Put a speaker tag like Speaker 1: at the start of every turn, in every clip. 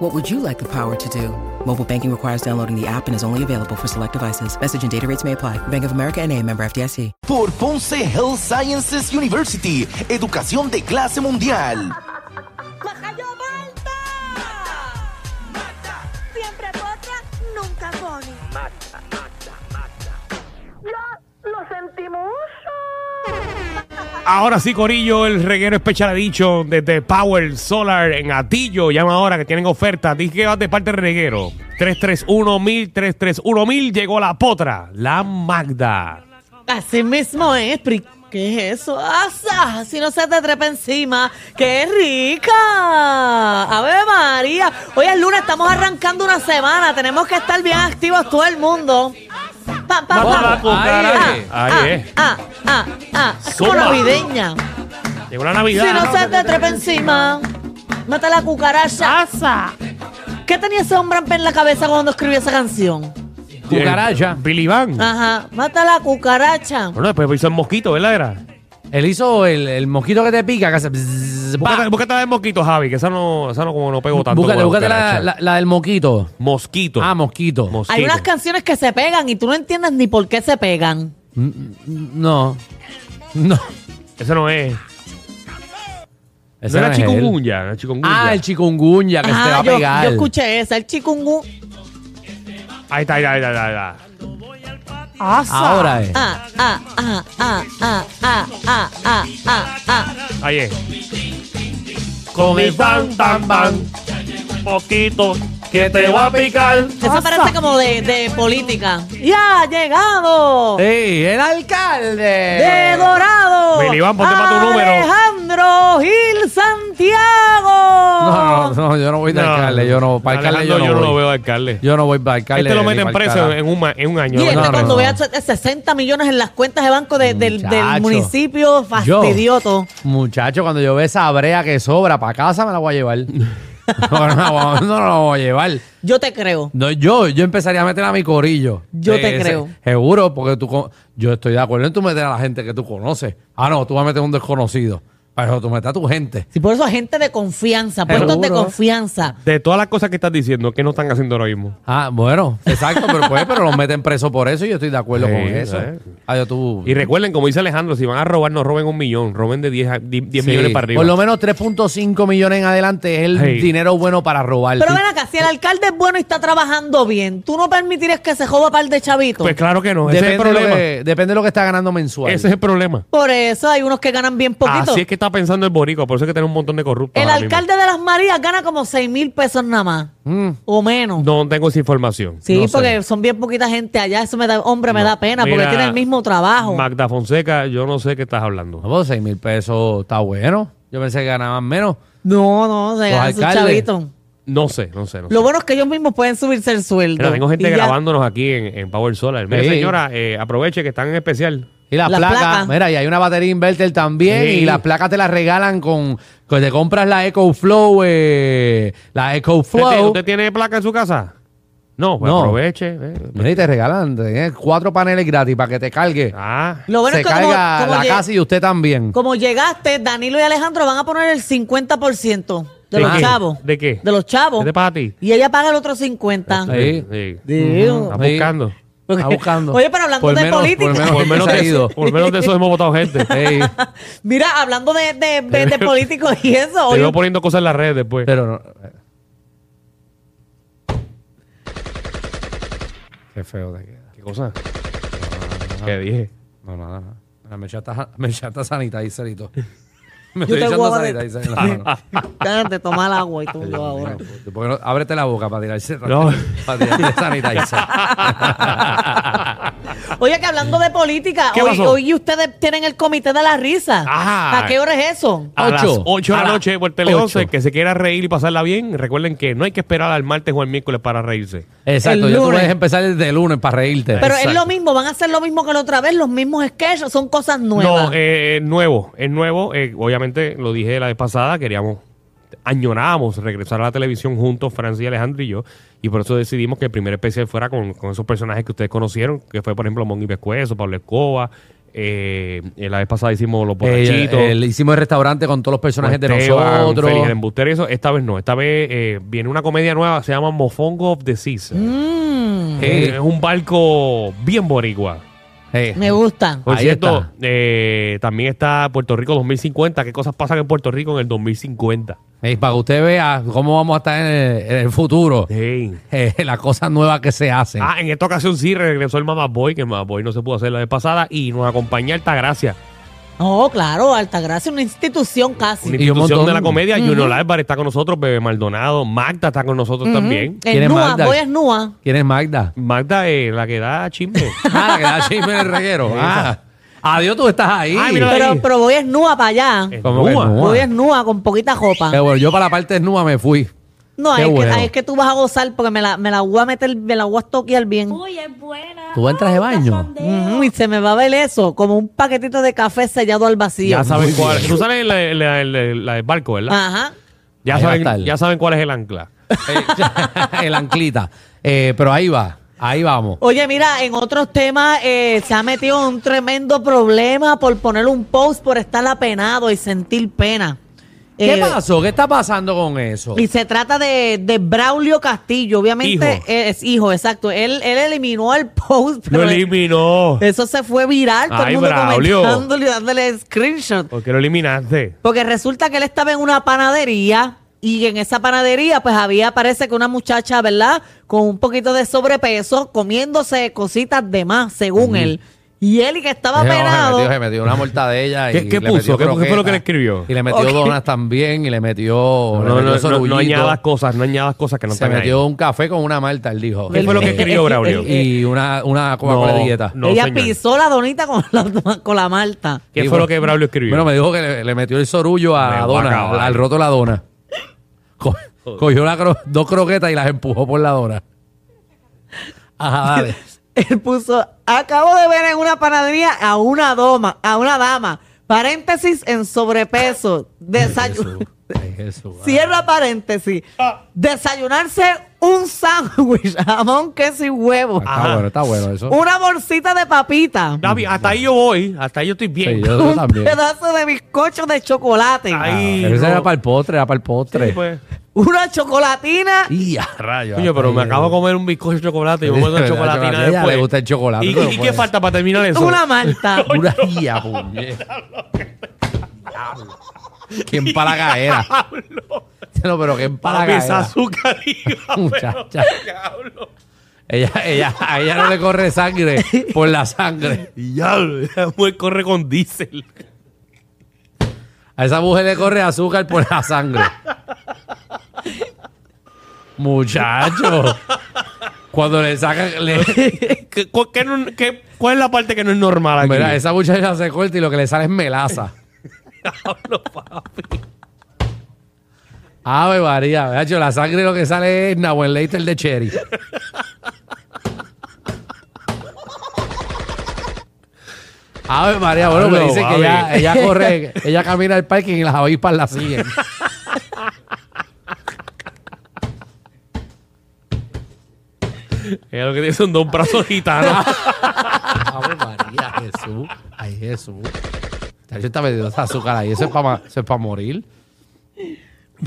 Speaker 1: What would you like the power to do? Mobile banking requires downloading the app and is only available for select devices. Message and data rates may apply. Bank of America and a member FDIC.
Speaker 2: Por Ponce Health Sciences University, educación de clase mundial.
Speaker 3: ¡Macayo Malta! Siempre potra, nunca pone. ¡Ya lo sentimos!
Speaker 4: Ahora sí, Corillo, el reguero Special Edition desde Power Solar en Atillo. Llama ahora que tienen oferta. Dije que vas de parte del reguero. 331-1000, 331-1000. Llegó la potra, la Magda.
Speaker 5: Así mismo es, pero ¿y ¿qué es eso? ¡Asa! Si no se te trepa encima, ¡qué rica! ¡Ave María! Hoy es lunes, estamos arrancando una semana, tenemos que estar bien activos todo el mundo. ¡Pam, pam, pam!
Speaker 4: cucaracha.
Speaker 5: Ah,
Speaker 4: Ahí
Speaker 5: ah,
Speaker 4: es.
Speaker 5: ah, ah, ah. Es como
Speaker 4: Zumba.
Speaker 5: navideña.
Speaker 4: Llegó la
Speaker 5: Si
Speaker 4: Navidad.
Speaker 5: no se te trepa encima, mata la cucaracha. ¡Asa! ¿Qué tenía ese hombre en la cabeza cuando escribió esa canción?
Speaker 4: Cucaracha. Billy Van.
Speaker 5: Ajá, mata la cucaracha.
Speaker 4: Bueno, después hizo el mosquito, ¿verdad? Era.
Speaker 6: Él hizo el, el mosquito que te pica, que hace bzzz, pa.
Speaker 4: Búscate, búscate la del mosquito, Javi, que esa no, esa no como no pegó tanto.
Speaker 6: Búscate,
Speaker 4: con
Speaker 6: búscate la,
Speaker 4: cucaracha.
Speaker 6: la- la del mosquito.
Speaker 4: Mosquito.
Speaker 6: Ah, mosquito.
Speaker 4: mosquito.
Speaker 5: Hay unas canciones que se pegan y tú no entiendes ni por qué se pegan.
Speaker 6: No. No.
Speaker 4: Ese no es.
Speaker 6: Ese
Speaker 4: no era
Speaker 6: es él.
Speaker 4: chikungunya, era chikungunya.
Speaker 6: Ah, el chikungunya que se te va
Speaker 5: Ajá,
Speaker 6: a
Speaker 5: yo,
Speaker 6: pegar.
Speaker 5: yo escuché esa, el chikungu.
Speaker 4: Ahí está, ahí está, ahí está. Ahí está.
Speaker 6: Ahora es.
Speaker 5: Ah, ah, ah, ah, ah, ah, ah, ah, ah, ah.
Speaker 4: Ahí es. Con el pan, pan, pan. Poquito que te va a picar.
Speaker 5: Eso parece como de, de política. ¡Ya ha llegado!
Speaker 6: ¡Sí! ¡El alcalde!
Speaker 5: ¡De Dorado!
Speaker 4: Billy Van, Eh, ponte pa' tu número.
Speaker 5: ¡Alejandro Gil Santiago!
Speaker 6: No, no, no, yo no voy de alcalde. Yo no, para alcalde yo
Speaker 4: Alejandro, yo
Speaker 6: no,
Speaker 4: no
Speaker 6: voy.
Speaker 4: lo veo alcalde.
Speaker 6: Yo no voy para alcalde.
Speaker 4: este lo
Speaker 6: ni
Speaker 4: meten
Speaker 6: pa'l
Speaker 4: preso
Speaker 6: carajo.
Speaker 4: en un, ma- en un año.
Speaker 5: Y este
Speaker 4: No, no,
Speaker 5: cuando
Speaker 4: no.
Speaker 5: vea 60 millones en las cuentas de banco de- del, del
Speaker 6: Muchacho.
Speaker 5: municipio
Speaker 6: Yo,
Speaker 5: fastidioso.
Speaker 6: Muchacho, cuando yo vea esa brea que sobra para casa, me la voy a llevar. no, no, no, no la voy a llevar.
Speaker 5: Yo te creo.
Speaker 6: No, yo, yo empezaría a meter a mi corillo.
Speaker 5: Yo te
Speaker 6: se-
Speaker 5: creo.
Speaker 6: Seguro, porque tú con- yo estoy de acuerdo en tú meter a la gente que tú conoces. Ah, no, tú vas a meter a un desconocido. Pero tú metes a tu gente.
Speaker 5: Si por eso gente de confianza, puestos de
Speaker 6: Seguro.
Speaker 5: confianza.
Speaker 4: De todas las cosas que estás diciendo, ¿qué no están haciendo ahora mismo?
Speaker 6: Ah, bueno, exacto, pero pues, pero los meten preso por eso y yo estoy de acuerdo
Speaker 4: Sí,
Speaker 6: con eso.
Speaker 4: eh.
Speaker 6: Ah, yo tú.
Speaker 4: Y recuerden, como dice Alejandro, si van a robar, no roben un millón, roben de 10, a- di- 10
Speaker 6: Sí,
Speaker 4: millones para arriba.
Speaker 6: Por lo menos 3.5 millones en adelante es el
Speaker 4: Sí.
Speaker 6: dinero bueno para robar.
Speaker 5: Pero ven acá, si el alcalde es bueno y está trabajando bien, ¿tú no permitirías que se joda par de chavitos?
Speaker 4: Pues claro que no, ese
Speaker 6: depende,
Speaker 4: es el
Speaker 6: de lo
Speaker 4: problema.
Speaker 6: que, depende de lo que está ganando mensual.
Speaker 4: Ese es el problema.
Speaker 5: Por eso hay unos que ganan bien poquito.
Speaker 4: Así es que está pensando el boricua, por eso es que tiene un montón de corruptos.
Speaker 5: el
Speaker 4: ahora mismo.
Speaker 5: alcalde de Las Marías gana como 6 mil pesos nada más.
Speaker 6: Mm.
Speaker 5: O menos.
Speaker 4: No tengo esa información.
Speaker 5: sí,
Speaker 6: no sé.
Speaker 5: porque son bien poquita gente allá. Eso me da, hombre, me
Speaker 4: No.
Speaker 5: da pena porque
Speaker 4: Mira,
Speaker 5: tiene el mismo trabajo.
Speaker 4: Magda Fonseca, yo no sé qué estás hablando.
Speaker 6: No, pues, 6 mil pesos está bueno. Yo pensé que ganaban menos.
Speaker 5: No, no, se
Speaker 6: Los
Speaker 5: ganan sus
Speaker 6: alcaldes.
Speaker 5: chavitos.
Speaker 4: No sé, no sé. No sé.
Speaker 5: Lo bueno es que ellos mismos pueden subirse el sueldo.
Speaker 4: Mira, tengo gente
Speaker 5: Y ya.
Speaker 4: grabándonos aquí en, en Power Solar. Mira,
Speaker 6: Sí.
Speaker 4: señora, eh, aproveche que están en especial.
Speaker 6: Y las
Speaker 5: Las
Speaker 6: placas,
Speaker 5: placas.
Speaker 6: mira, y hay una batería inverter también,
Speaker 4: Sí.
Speaker 6: y las placas te las regalan con, que te compras la EcoFlow, eh, la
Speaker 4: ¿Usted, tiene-
Speaker 6: EcoFlow,
Speaker 4: usted tiene placa en su casa? No, pues
Speaker 6: No.
Speaker 4: aproveche. eh.
Speaker 6: mira, y te regalan eh, cuatro paneles gratis para que te cargue.
Speaker 4: Ah,
Speaker 5: Lo bueno
Speaker 6: Se
Speaker 5: es que como-
Speaker 6: carga
Speaker 5: como
Speaker 6: la
Speaker 5: lleg-
Speaker 6: casa y usted también.
Speaker 5: Como llegaste, Danilo y Alejandro van a poner el 50% de,
Speaker 4: ¿De
Speaker 5: los
Speaker 4: qué?
Speaker 5: chavos.
Speaker 4: ¿De qué?
Speaker 5: De los chavos.
Speaker 4: ¿Qué te pasa a ti?
Speaker 5: Y ella paga el otro 50.
Speaker 6: Sí.
Speaker 5: Digo.
Speaker 4: Está
Speaker 6: Sí.
Speaker 4: buscando.
Speaker 6: Está buscando.
Speaker 5: Oye, pero hablando
Speaker 6: Por
Speaker 5: de
Speaker 6: menos-
Speaker 5: política.
Speaker 6: Por menos,
Speaker 4: Por
Speaker 6: gente
Speaker 4: menos,
Speaker 6: se ha
Speaker 4: de,
Speaker 6: ido.
Speaker 4: eso- por menos de eso hemos votado gente. Te
Speaker 6: Sí,
Speaker 5: Mira, hablando de, de, de- de políticos y eso, hoy
Speaker 4: veo poniendo cosas en las redes pues. después.
Speaker 6: pero no. Qué feo te queda.
Speaker 4: ¿Qué cosa? ¿Qué dije?
Speaker 6: No, nada, nada. Mira, Me echaste me echaste sanitizer y todo. Me
Speaker 5: Yo
Speaker 6: estoy
Speaker 5: te
Speaker 6: echando
Speaker 5: voy a-
Speaker 6: sanitizer en la mano. pues,
Speaker 5: ya te toma el agua y todo ahora.
Speaker 6: ¿Por qué no? ábrete la boca para tirarse
Speaker 4: No.
Speaker 6: para tirarse sanitizer.
Speaker 5: Oye, que hablando de política,
Speaker 4: ¿Qué
Speaker 5: hoy,
Speaker 4: pasó?
Speaker 5: hoy ustedes tienen el comité de la risa.
Speaker 4: Ah.
Speaker 5: ¿A qué hora es eso?
Speaker 4: A las
Speaker 6: Ocho.
Speaker 4: 8 de
Speaker 6: A
Speaker 4: la
Speaker 6: las
Speaker 4: noche por Tele
Speaker 6: ocho.
Speaker 4: 11, que se quiera reír y pasarla bien, recuerden que no hay que esperar al martes o al miércoles para reírse.
Speaker 6: Exacto,
Speaker 5: El
Speaker 6: ya tú
Speaker 5: lunes.
Speaker 6: puedes empezar desde el lunes para reírte. Eh,
Speaker 5: Pero es
Speaker 4: exacto.
Speaker 5: lo mismo, van a hacer lo mismo que la otra vez, los mismos sketches, son cosas nuevas.
Speaker 4: No, eh, es nuevo, es nuevo. eh, obviamente lo dije la vez pasada, queríamos, añorábamos regresar a la televisión juntos, Francis, Alejandro y yo, y por eso decidimos que el primer especial fuera con, con esos personajes que ustedes conocieron, que fue por ejemplo Mongi Pescuezo, Pablo Escoba, eh, eh, la vez pasada hicimos Los
Speaker 6: Eh,
Speaker 4: Borrachitos.
Speaker 6: eh, le hicimos el restaurante con todos los personajes de
Speaker 4: Esteban,
Speaker 6: nosotros.
Speaker 4: Félix el Embustero y eso. Esta vez no. Esta vez eh, viene una comedia nueva, se llama Mofongo of the Seas.
Speaker 6: Eh,
Speaker 4: Es un barco bien boricua.
Speaker 6: eh.
Speaker 5: Me gusta.
Speaker 4: Por
Speaker 6: Ahí
Speaker 4: cierto,
Speaker 6: está.
Speaker 4: eh, también está Puerto Rico 2050. ¿Qué cosas pasan en Puerto Rico en el 2050?
Speaker 6: Eh, para que usted vea cómo vamos a estar en el, en el futuro.
Speaker 4: Hey.
Speaker 6: Eh, las cosas nuevas que se hacen.
Speaker 4: Ah, en esta ocasión sí regresó el Mamá Boy, que el Mamá Boy no se pudo hacer la vez pasada, y nos acompaña Altagracia,
Speaker 5: No, claro, Altagracia, una institución casi.
Speaker 4: una
Speaker 6: Y un
Speaker 4: institución
Speaker 6: montón.
Speaker 4: de la comedia. Junior Álvarez está con nosotros, Bebe Maldonado, Magda está con nosotros también.
Speaker 6: ¿Quién
Speaker 5: Es
Speaker 6: es
Speaker 5: Nua,
Speaker 6: Magda?
Speaker 5: voy es Nua.
Speaker 6: ¿Quién es Magda?
Speaker 4: Magda es la que da chisme.
Speaker 6: Ah, la que da chisme en el reguero. Ah. Adiós, tú estás ahí.
Speaker 4: Ay, mira,
Speaker 5: Pero,
Speaker 4: ahí.
Speaker 5: pero voy es Nua para allá.
Speaker 4: Es
Speaker 6: ¿Cómo que
Speaker 4: nua.
Speaker 6: nua?
Speaker 5: Voy es Nua con poquita ropa.
Speaker 6: Eh, bueno, yo para la parte desnuda me fui.
Speaker 5: No,
Speaker 6: Qué
Speaker 5: ahí es,
Speaker 6: bueno.
Speaker 5: que, ahí es que tú vas a gozar porque me la, me la voy a meter, me la voy a toquear bien.
Speaker 3: Uy, es buena. Ah,
Speaker 6: ¿Tú entras de baño? Mm,
Speaker 5: Ujú, y se me va a ver eso, como un paquetito de café sellado al vacío.
Speaker 4: Ya saben cuál. Tú sabes la, la- la- la del barco, ¿verdad?
Speaker 5: Ajá.
Speaker 4: Ya,
Speaker 6: Ahí va a
Speaker 4: saben,
Speaker 6: estar.
Speaker 4: ya saben cuál es el ancla.
Speaker 6: Eh, el anclita. Eh, pero ahí va. Ahí vamos.
Speaker 5: Oye, mira, en otros temas eh, se ha metido un tremendo problema por poner un post, por estar apenado y sentir pena.
Speaker 6: ¿Qué
Speaker 5: Eh,
Speaker 6: pasó? ¿Qué está pasando con eso?
Speaker 5: Y se trata de, de Braulio Castillo, obviamente
Speaker 4: Hijo.
Speaker 5: es hijo, exacto. Él, él eliminó el post, pero
Speaker 4: Lo eliminó.
Speaker 5: eso se fue viral, todo el
Speaker 4: Ay,
Speaker 5: mundo
Speaker 4: Braulio.
Speaker 5: comentándole y dándole screenshot.
Speaker 4: ¿Por qué lo eliminaste?
Speaker 5: Porque resulta que él estaba en una panadería y en esa panadería pues había, parece que una muchacha, ¿verdad? Con un poquito de sobrepeso, comiéndose cositas de más, según él. Y él y que estaba
Speaker 6: Se metió,
Speaker 5: penado.
Speaker 6: Se metió, se metió una mortadella.
Speaker 4: ¿Qué-
Speaker 6: y
Speaker 4: qué
Speaker 6: le
Speaker 4: puso?
Speaker 6: metió
Speaker 4: ¿Qué- qué fue lo que
Speaker 6: croqueta.
Speaker 4: le escribió?
Speaker 6: Y le metió
Speaker 5: Ok.
Speaker 6: donas también y le metió. le
Speaker 4: No,
Speaker 6: metió
Speaker 4: no, no,
Speaker 6: sorullito.
Speaker 4: no añadas cosas, no añadas cosas que no
Speaker 6: se
Speaker 4: están ahí.
Speaker 6: metió un café con una malta, él dijo.
Speaker 4: ¿Qué fue lo que
Speaker 6: Eh,
Speaker 4: escribió Braulio?
Speaker 6: Y una, una Coca-Cola
Speaker 4: No,
Speaker 6: de dieta.
Speaker 4: no,
Speaker 5: Ella
Speaker 4: señor.
Speaker 5: pisó la donita con la, con la malta.
Speaker 4: ¿Qué
Speaker 6: Dijo-
Speaker 4: fue lo que Braulio escribió?
Speaker 6: Bueno, me dijo que le, le metió el sorullo a
Speaker 4: Me
Speaker 6: la
Speaker 4: voy a
Speaker 6: dona,
Speaker 4: acabar.
Speaker 6: al roto de la dona. Co- cogió la cro- dos croquetas y las empujó por la dona. Ajá, dale.
Speaker 5: Él puso, acabo de ver en una panadería a una doma, a una dama. Paréntesis en sobrepeso. Desayuno.
Speaker 6: Ay, Jesús.
Speaker 5: Cierra paréntesis. Desayunarse un sándwich, jamón, queso y huevo.
Speaker 6: Ah, Está bueno, está bueno eso.
Speaker 5: Una bolsita de papita.
Speaker 4: David, hasta ahí yo voy, hasta ahí yo estoy bien.
Speaker 6: Sí, yo, yo también.
Speaker 5: Pedazo de bizcocho de chocolate.
Speaker 4: Ay,
Speaker 6: Pero ese
Speaker 4: no.
Speaker 6: era para el postre, era para el postre.
Speaker 4: Sí, pues.
Speaker 5: Una chocolatina.
Speaker 6: Y a rayos.
Speaker 4: Coño, pero me
Speaker 6: Ay,
Speaker 4: acabo de comer un bizcocho de chocolate y me voy a
Speaker 6: Sí,
Speaker 4: dar
Speaker 6: verdad,
Speaker 4: chocolatina
Speaker 6: chocolate. A ella
Speaker 4: después.
Speaker 6: le gusta el chocolate, pues.
Speaker 4: ¿Y,
Speaker 6: no lo
Speaker 4: y qué
Speaker 6: puedes.
Speaker 4: falta para terminar eso?
Speaker 5: Una malta.
Speaker 6: Una guía, puñeta. Qué empalaga era. No, pero qué empalaga
Speaker 4: Papi, esa
Speaker 6: era.
Speaker 4: azúcar, iba,
Speaker 6: Muchacha.
Speaker 4: pero, diablo.
Speaker 6: Ella, ella, a ella no le corre sangre por la sangre.
Speaker 4: Diablo, esa mujer corre con diésel.
Speaker 6: A esa mujer le corre azúcar por la sangre. Muchacho. Cuando le sacan... le-
Speaker 4: ¿Qué- cu- qué no- qué- ¿Cuál es la parte que no es normal aquí?
Speaker 6: Mira, esa muchacha se corta y lo que le sale es melaza.
Speaker 4: Diablo, papi.
Speaker 6: Ave María, muchacho, la sangre lo que sale es Nahuel Leiter de Cherry. Ave María, bueno, me
Speaker 4: Pablo,
Speaker 6: dice
Speaker 4: Gaby.
Speaker 6: que ella, ella corre, ella camina al parking y las avispas la siguen.
Speaker 4: Ella lo que tiene son dos brazos gitanos.
Speaker 6: Ave María, Jesús. Ay, Jesús. Muchacho, está metido esa azúcar ahí. Eso es para morir.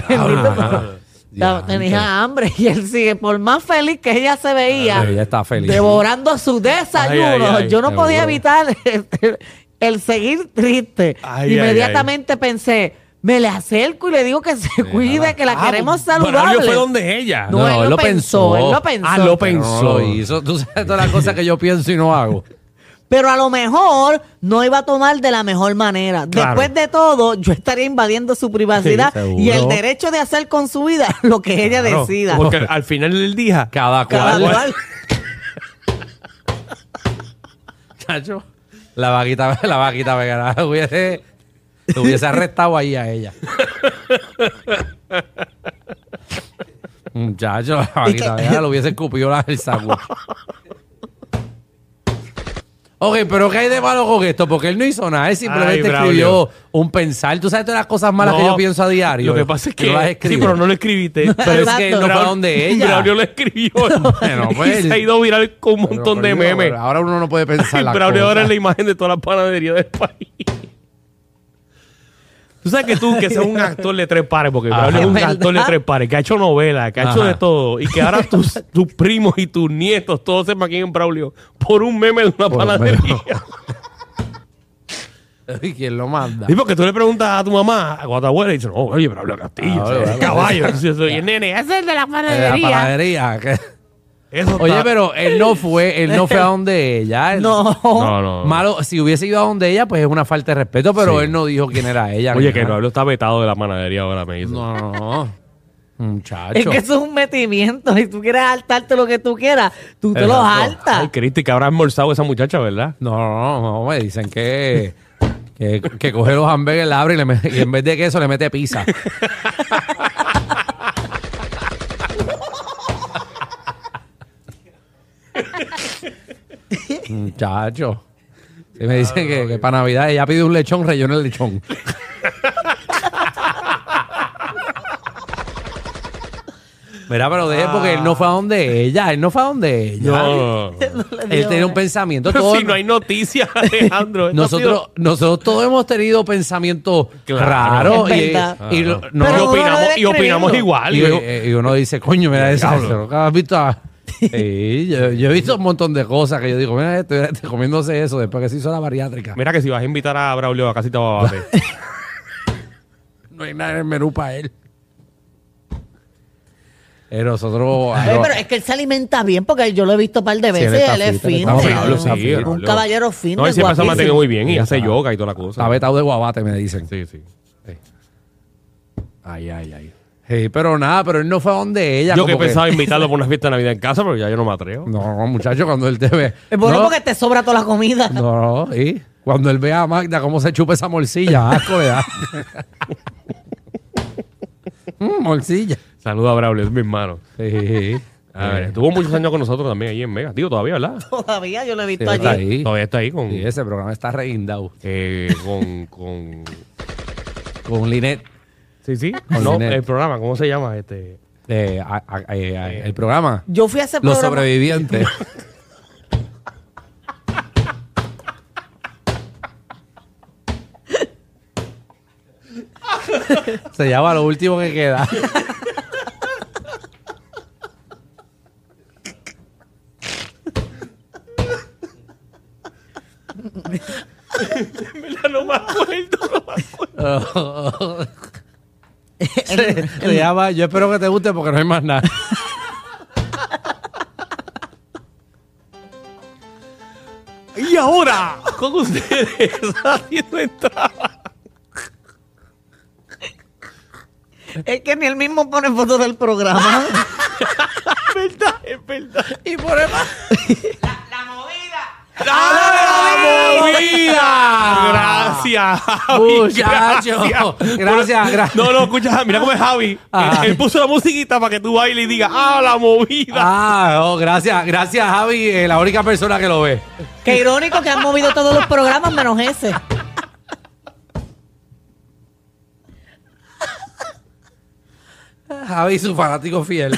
Speaker 6: Ah,
Speaker 5: La-
Speaker 6: diantre.
Speaker 5: Tenía hambre y él sigue, por más feliz que ella se veía,
Speaker 6: Ah, Ella está feliz.
Speaker 5: devorando su desayuno.
Speaker 4: Ay, ay, ay,
Speaker 5: Yo no podía
Speaker 6: seguro.
Speaker 5: evitar el, el seguir triste.
Speaker 4: Ay, ay,
Speaker 5: Inmediatamente pensé, me le acerco y le digo que se cuide, que la queremos
Speaker 4: Braulio
Speaker 5: saludable.
Speaker 4: Ah, fue donde
Speaker 6: Ah,
Speaker 4: ella.
Speaker 5: No, él lo pensó, él lo pensó.
Speaker 4: Ah, lo
Speaker 6: Pero
Speaker 4: pensó.
Speaker 6: no lo hizo. Tú sabes todas las cosas que yo pienso y no hago.
Speaker 5: Pero a lo mejor no iba a tomar de la mejor manera.
Speaker 4: Claro.
Speaker 5: Después de todo, yo estaría invadiendo su privacidad
Speaker 6: Sí, seguro.
Speaker 5: y el derecho de hacer con su vida lo que ella
Speaker 4: Claro,
Speaker 5: decida.
Speaker 4: Porque al final del día,
Speaker 6: Cada cual.
Speaker 5: Cada cual.
Speaker 6: Chacho, la vaquita, la vaquita vegana la hubiese, la hubiese arrestado ahí a ella. Muchacho, la vaquita vegana le hubiese escupido la, el saco. Ok, pero ¿qué hay de malo con esto? Porque él no hizo nada, él simplemente
Speaker 4: Ay,
Speaker 6: escribió
Speaker 4: Braulio.
Speaker 6: un pensar. Tú sabes todas las cosas malas que
Speaker 4: No,
Speaker 6: yo pienso a diario. eh.
Speaker 4: Lo que pasa es que.
Speaker 6: Tú las
Speaker 4: sí,
Speaker 6: escribes.
Speaker 4: pero no lo escribiste.
Speaker 6: Pero es que
Speaker 5: Exacto.
Speaker 6: no fue
Speaker 4: Braulio-
Speaker 6: donde ella.
Speaker 4: Braulio lo escribió.
Speaker 6: Bueno,
Speaker 4: y
Speaker 6: pues.
Speaker 4: se ha ido viral con un montón
Speaker 6: Pero,
Speaker 4: de
Speaker 6: Braulio,
Speaker 4: memes.
Speaker 6: Ahora uno no puede pensar
Speaker 4: Y
Speaker 6: las
Speaker 4: Braulio
Speaker 6: cosas.
Speaker 4: ahora es la imagen de todas las panaderías del país. Tú sabes que tú, que seas un actor de tres pares, porque
Speaker 6: Ajá.
Speaker 4: Braulio es un
Speaker 5: ¿Verdad?
Speaker 4: actor de tres pares, que ha hecho novelas, que ha hecho
Speaker 6: Ajá.
Speaker 4: de todo, y que ahora tus, tus primos y tus nietos todos se maquillan en Braulio por un meme de una
Speaker 6: Por un meme.
Speaker 4: panadería.
Speaker 6: ¿Y quién lo manda? Eh,
Speaker 4: Sí, porque tú le preguntas a tu mamá, o a tu abuela, y dicen, oh, oye, Braulio Castillo, ese
Speaker 6: Ah,
Speaker 4: es
Speaker 6: Braulio
Speaker 4: el caballo. Y yo soy el nene, ese es de la
Speaker 6: Eh, La
Speaker 4: panadería.
Speaker 6: panadería. que-
Speaker 4: Eso
Speaker 6: Oye,
Speaker 4: está-
Speaker 6: pero él no fue, él no fue a donde ella. él-
Speaker 5: No.
Speaker 4: No, no.
Speaker 6: Malo, si hubiese ido a donde ella, pues es una falta de respeto, pero
Speaker 4: Sí.
Speaker 6: él no dijo quién era ella.
Speaker 4: Oye,
Speaker 6: ni
Speaker 4: que
Speaker 6: nada.
Speaker 4: Braulio está vetado de la panadería ahora, me dice.
Speaker 6: No, no, no. Muchacho.
Speaker 5: Es que eso es un metimiento. Si tú quieres hartarte lo que tú quieras, tú te lo
Speaker 6: Exacto.
Speaker 5: hartas.
Speaker 4: Ay, Cristi, que habrá almorzado esa muchacha, ¿verdad?
Speaker 6: No, no, no, no, me dicen que, que, que coge los hamburgues, la abre y, le mete- y en vez de queso le mete pizza. Muchacho. Si me dicen que, que para Navidad ella pide un lechón, relleno el lechón. Mira, pero deje porque él no fue a donde ella, él no fue a donde ella.
Speaker 4: No.
Speaker 6: Él tenía un pensamiento.
Speaker 4: Pero
Speaker 6: todo
Speaker 4: si no hay noticias, Alejandro. esto ha
Speaker 6: nosotros,
Speaker 4: sido-
Speaker 6: nosotros todos hemos tenido pensamientos
Speaker 4: Claro.
Speaker 6: raros
Speaker 5: Es
Speaker 6: y,
Speaker 5: verdad.
Speaker 6: y lo- no-
Speaker 5: Pero
Speaker 4: y
Speaker 5: uno
Speaker 4: opinamos,
Speaker 5: debe
Speaker 4: y eh, opinamos
Speaker 5: escribirlo.
Speaker 4: igual.
Speaker 6: y-
Speaker 4: Yo-
Speaker 6: y- y uno dice, coño, mira eso,
Speaker 4: Diablo.
Speaker 6: eso, nunca has visto a- Sí, yo, yo he visto un montón de cosas que yo digo, mira, este, este comiéndose eso después que se hizo la bariátrica.
Speaker 4: mira que si vas a invitar a Braulio a casita Babate.
Speaker 6: No hay nada en el menú para él. Pero nosotros... ah,
Speaker 5: Ay, pero es que él se alimenta bien porque yo lo he visto un par de
Speaker 6: él
Speaker 5: veces.
Speaker 6: está
Speaker 5: él es
Speaker 6: fit, él
Speaker 5: fino.
Speaker 6: está
Speaker 5: sí,
Speaker 6: fit, Braulio,
Speaker 5: un-
Speaker 6: sí,
Speaker 5: un
Speaker 4: Braulio.
Speaker 5: caballero fino.
Speaker 4: No, y
Speaker 5: es
Speaker 4: siempre se ha
Speaker 5: guapísimo.
Speaker 4: mantenido muy bien y hace yoga y toda la cosa.
Speaker 6: Está vetado de guabate, me dicen.
Speaker 4: Sí, sí.
Speaker 6: Ay, ay, ay. Sí, pero nada, pero él no fue a donde ella.
Speaker 4: Yo que
Speaker 6: como
Speaker 4: pensaba invitarlo por una fiesta de Navidad en casa, pero ya yo no me atrevo.
Speaker 6: No, muchacho, cuando él te ve...
Speaker 5: Es bueno
Speaker 6: No.
Speaker 5: porque te sobra toda la comida.
Speaker 6: No, no, y cuando él ve a Magda cómo se chupa esa morcilla, asco le da. Mm, morcilla. Eh,
Speaker 4: Saluda a Braulio, es mi hermano.
Speaker 6: Sí.
Speaker 4: A ver, estuvo muchos años con nosotros también ahí en Mega. Digo, todavía, ¿verdad?
Speaker 5: Todavía yo lo he visto
Speaker 6: Sí, está
Speaker 5: allí.
Speaker 6: ahí.
Speaker 4: Todavía está ahí con...
Speaker 6: Sí, ese programa está reguindado
Speaker 4: eh, con, con...
Speaker 6: con Linet.
Speaker 4: Sí, sí.
Speaker 6: Con
Speaker 4: No,
Speaker 6: Linet.
Speaker 4: el programa, ¿cómo se llama este?
Speaker 6: Eh, a- a- a- eh, a- el programa.
Speaker 5: Yo fui a ese
Speaker 6: Los
Speaker 5: programa.
Speaker 6: sobrevivientes. Se llama lo último que queda.
Speaker 4: no me acuerdo.
Speaker 6: Se, se llama Yo espero que te guste porque no hay más nada.
Speaker 4: Y ahora, con ustedes, haciendo entrada.
Speaker 5: Es que ni él mismo pone fotos del programa.
Speaker 4: Es verdad, es verdad.
Speaker 6: Y por
Speaker 4: ¡La
Speaker 6: movida!
Speaker 4: Gracias, Javi.
Speaker 6: Ah, Muchacho. Gracias, gracias.
Speaker 4: No, no, escucha, mira cómo es Javi.
Speaker 6: Ah.
Speaker 4: Él, él puso la musiquita para que tú bailes y digas, ¡ah, la movida!
Speaker 6: Ah, no, gracias, gracias Javi, eh, la única persona que lo ve.
Speaker 5: Qué irónico que han movido todos los programas menos ese.
Speaker 6: Javi, su fanático fiel.